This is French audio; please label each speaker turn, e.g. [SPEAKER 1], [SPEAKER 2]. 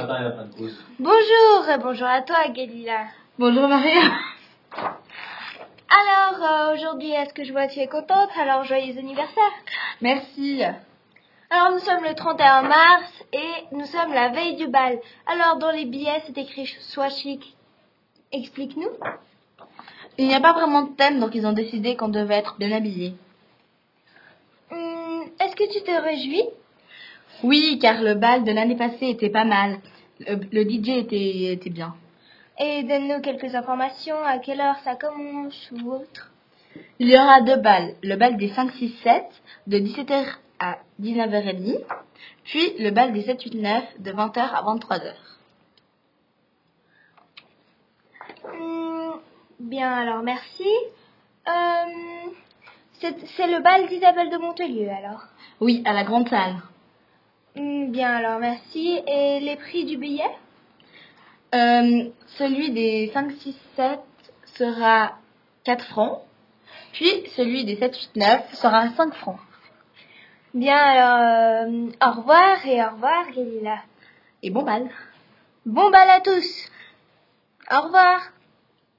[SPEAKER 1] Maria Pantouz.
[SPEAKER 2] Bonjour, euh, bonjour à toi, Galila.
[SPEAKER 3] Bonjour Maria.
[SPEAKER 2] Alors, euh, aujourd'hui, est-ce que je vois que tu es contente Alors, joyeux anniversaire.
[SPEAKER 3] Merci.
[SPEAKER 2] Alors, nous sommes le 31 mars et nous sommes la veille du bal. Alors, dans les billets, c'est écrit « Sois chic ». Explique-nous.
[SPEAKER 3] Il n'y a pas vraiment de thème, donc ils ont décidé qu'on devait être bien habillés.
[SPEAKER 2] Hum, est-ce que tu te réjouis
[SPEAKER 3] Oui, car le bal de l'année passée était pas mal. Le, Euh, le DJ était, était bien.
[SPEAKER 2] Et donne-nous quelques informations, à quelle heure ça commence ou autre.
[SPEAKER 3] Il y aura deux balles. Le bal des 5, 6, 7, de 17h à 19h30, puis le bal des 7, 8, 9, de 20h à 23h.
[SPEAKER 2] Hmm, bien, alors merci. Euh, c'est c'est le bal d'Isabelle de Montelieu, alors.
[SPEAKER 3] Oui, à la grande salle.
[SPEAKER 2] Hmm, bien, alors merci. Et les prix du billet
[SPEAKER 3] Euh, celui des 5, 6, 7 sera 4 francs, puis celui des 7, 8, 9 sera 5 francs.
[SPEAKER 2] Bien, alors euh, au revoir et au revoir, Galila.
[SPEAKER 3] Et bon bal
[SPEAKER 2] Bon bal à tous. Au revoir.